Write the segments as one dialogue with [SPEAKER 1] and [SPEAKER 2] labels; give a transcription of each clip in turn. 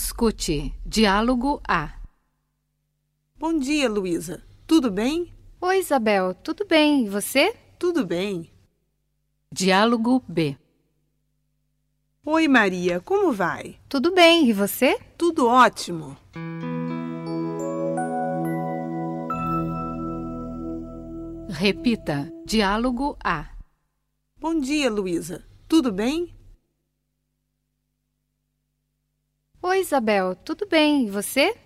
[SPEAKER 1] Escute. Diálogo A.
[SPEAKER 2] Bom dia, Luísa. Tudo bem?
[SPEAKER 3] Oi, Isabel, tudo bem? E você?
[SPEAKER 2] Tudo bem.
[SPEAKER 1] Diálogo B.
[SPEAKER 2] Oi, Maria, como vai?
[SPEAKER 3] Tudo bem, e você?
[SPEAKER 2] Tudo ótimo.
[SPEAKER 1] Repita. Diálogo A.
[SPEAKER 2] Bom dia, Luísa. Tudo bem?
[SPEAKER 3] Oi, Isabel, tudo bem? E você?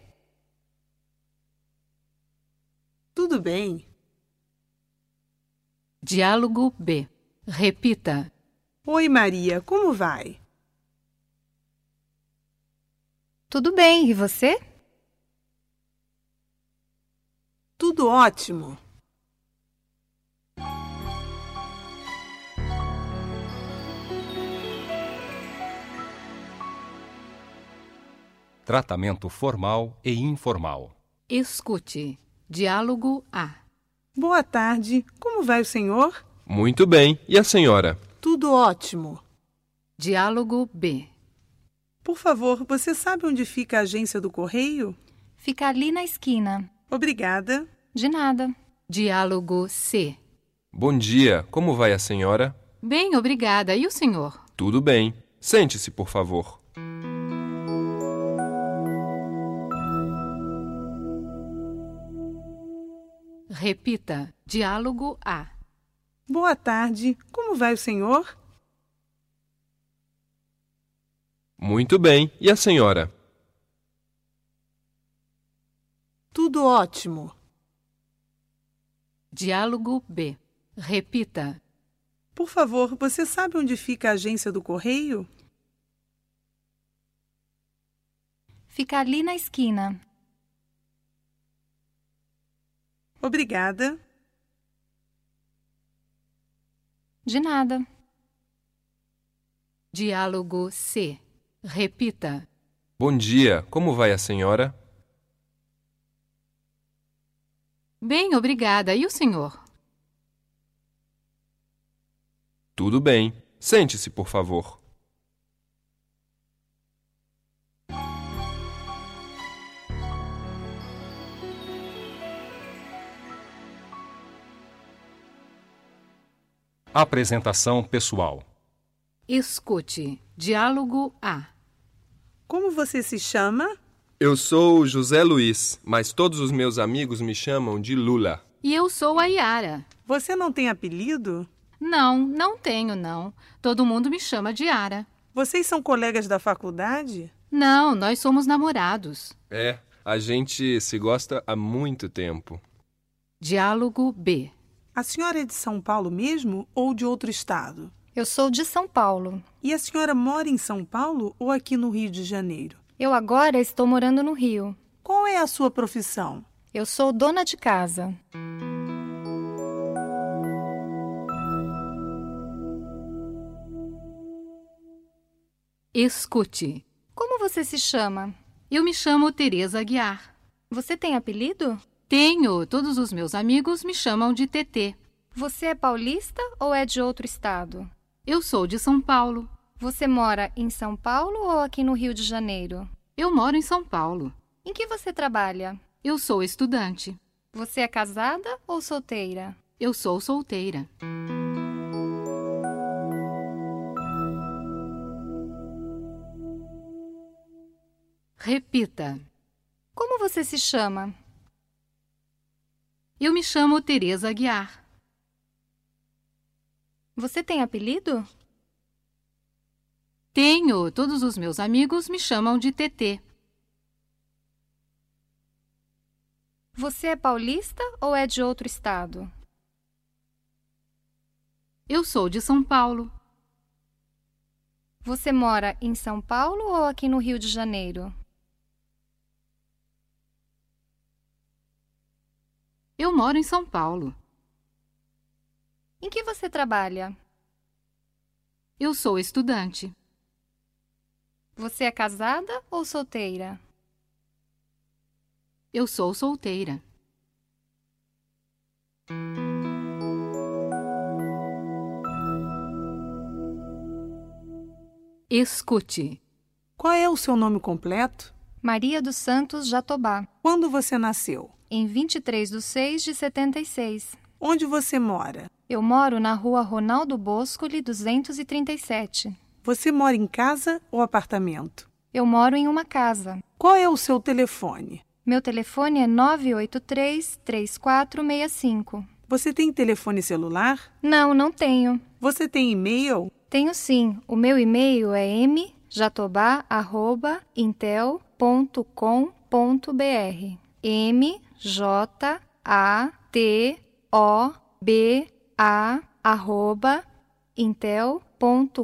[SPEAKER 2] Tudo bem.
[SPEAKER 1] Diálogo B. Repita.
[SPEAKER 2] Oi, Maria, como vai?
[SPEAKER 3] Tudo bem, e você?
[SPEAKER 2] Tudo ótimo.
[SPEAKER 4] Tratamento formal e informal.
[SPEAKER 1] Escute. Diálogo A.
[SPEAKER 2] Boa tarde. Como vai o senhor?
[SPEAKER 5] Muito bem. E a senhora?
[SPEAKER 2] Tudo ótimo.
[SPEAKER 1] Diálogo B.
[SPEAKER 2] Por favor, você sabe onde fica a agência do correio?
[SPEAKER 3] Fica ali na esquina.
[SPEAKER 2] Obrigada.
[SPEAKER 3] De nada.
[SPEAKER 1] Diálogo C.
[SPEAKER 5] Bom dia. Como vai a senhora?
[SPEAKER 1] Bem, obrigada. E o senhor?
[SPEAKER 5] Tudo bem. Sente-se, por favor.
[SPEAKER 1] Repita. Diálogo A.
[SPEAKER 2] Boa tarde. Como vai o senhor?
[SPEAKER 5] Muito bem. E a senhora?
[SPEAKER 2] Tudo ótimo.
[SPEAKER 1] Diálogo B. Repita.
[SPEAKER 2] Por favor, você sabe onde fica a agência do correio?
[SPEAKER 3] Fica ali na esquina.
[SPEAKER 2] Obrigada.
[SPEAKER 3] De nada.
[SPEAKER 1] Diálogo C. Repita.
[SPEAKER 5] Bom dia. Como vai a senhora?
[SPEAKER 1] Bem, obrigada. E o senhor?
[SPEAKER 5] Tudo bem. Sente-se, por favor.
[SPEAKER 4] Apresentação pessoal.
[SPEAKER 1] Escute. Diálogo A.
[SPEAKER 2] Como você se chama?
[SPEAKER 5] Eu sou José Luiz, mas todos os meus amigos me chamam de Lula.
[SPEAKER 1] E eu sou a Yara.
[SPEAKER 2] Você não tem apelido?
[SPEAKER 1] Não, não tenho, não. Todo mundo me chama de Yara.
[SPEAKER 2] Vocês são colegas da faculdade?
[SPEAKER 1] Não, nós somos namorados.
[SPEAKER 5] É, a gente se gosta há muito tempo.
[SPEAKER 1] Diálogo B.
[SPEAKER 2] A senhora é de São Paulo mesmo ou de outro estado?
[SPEAKER 3] Eu sou de São Paulo.
[SPEAKER 2] E a senhora mora em São Paulo ou aqui no Rio de Janeiro?
[SPEAKER 3] Eu agora estou morando no Rio.
[SPEAKER 2] Qual é a sua profissão?
[SPEAKER 3] Eu sou dona de casa.
[SPEAKER 1] Escute.
[SPEAKER 3] Como você se chama?
[SPEAKER 1] Eu me chamo Teresa Aguiar.
[SPEAKER 3] Você tem apelido?
[SPEAKER 1] Tenho. Todos os meus amigos me chamam de TT.
[SPEAKER 3] Você é paulista ou é de outro estado?
[SPEAKER 1] Eu sou de São Paulo.
[SPEAKER 3] Você mora em São Paulo ou aqui no Rio de Janeiro?
[SPEAKER 1] Eu moro em São Paulo.
[SPEAKER 3] Em que você trabalha?
[SPEAKER 1] Eu sou estudante.
[SPEAKER 3] Você é casada ou solteira?
[SPEAKER 1] Eu sou solteira. Repita.
[SPEAKER 3] Como você se chama?
[SPEAKER 1] Eu me chamo Teresa Aguiar.
[SPEAKER 3] Você tem apelido?
[SPEAKER 1] Tenho. Todos os meus amigos me chamam de TT.
[SPEAKER 3] Você é paulista ou é de outro estado?
[SPEAKER 1] Eu sou de São Paulo.
[SPEAKER 3] Você mora em São Paulo ou aqui no Rio de Janeiro?
[SPEAKER 1] Eu moro em São Paulo.
[SPEAKER 3] Em que você trabalha?
[SPEAKER 1] Eu sou estudante.
[SPEAKER 3] Você é casada ou solteira?
[SPEAKER 1] Eu sou solteira. Escute.
[SPEAKER 2] Qual é o seu nome completo?
[SPEAKER 3] Maria dos Santos Jatobá,
[SPEAKER 2] Quando você nasceu?
[SPEAKER 3] em 23 de 6 de 76.
[SPEAKER 2] Onde você mora?
[SPEAKER 3] Eu moro na rua Ronaldo Boscoli 237.
[SPEAKER 2] Você mora em casa ou apartamento?
[SPEAKER 3] Eu moro em uma casa.
[SPEAKER 2] Qual é o seu telefone?
[SPEAKER 3] Meu telefone é 983-3465.
[SPEAKER 2] Você tem telefone celular?
[SPEAKER 3] Não, não tenho.
[SPEAKER 2] Você tem e-mail?
[SPEAKER 3] Tenho sim. O meu e-mail é mjatobá.intel.com.br m j a t o b a arroba intel.com.br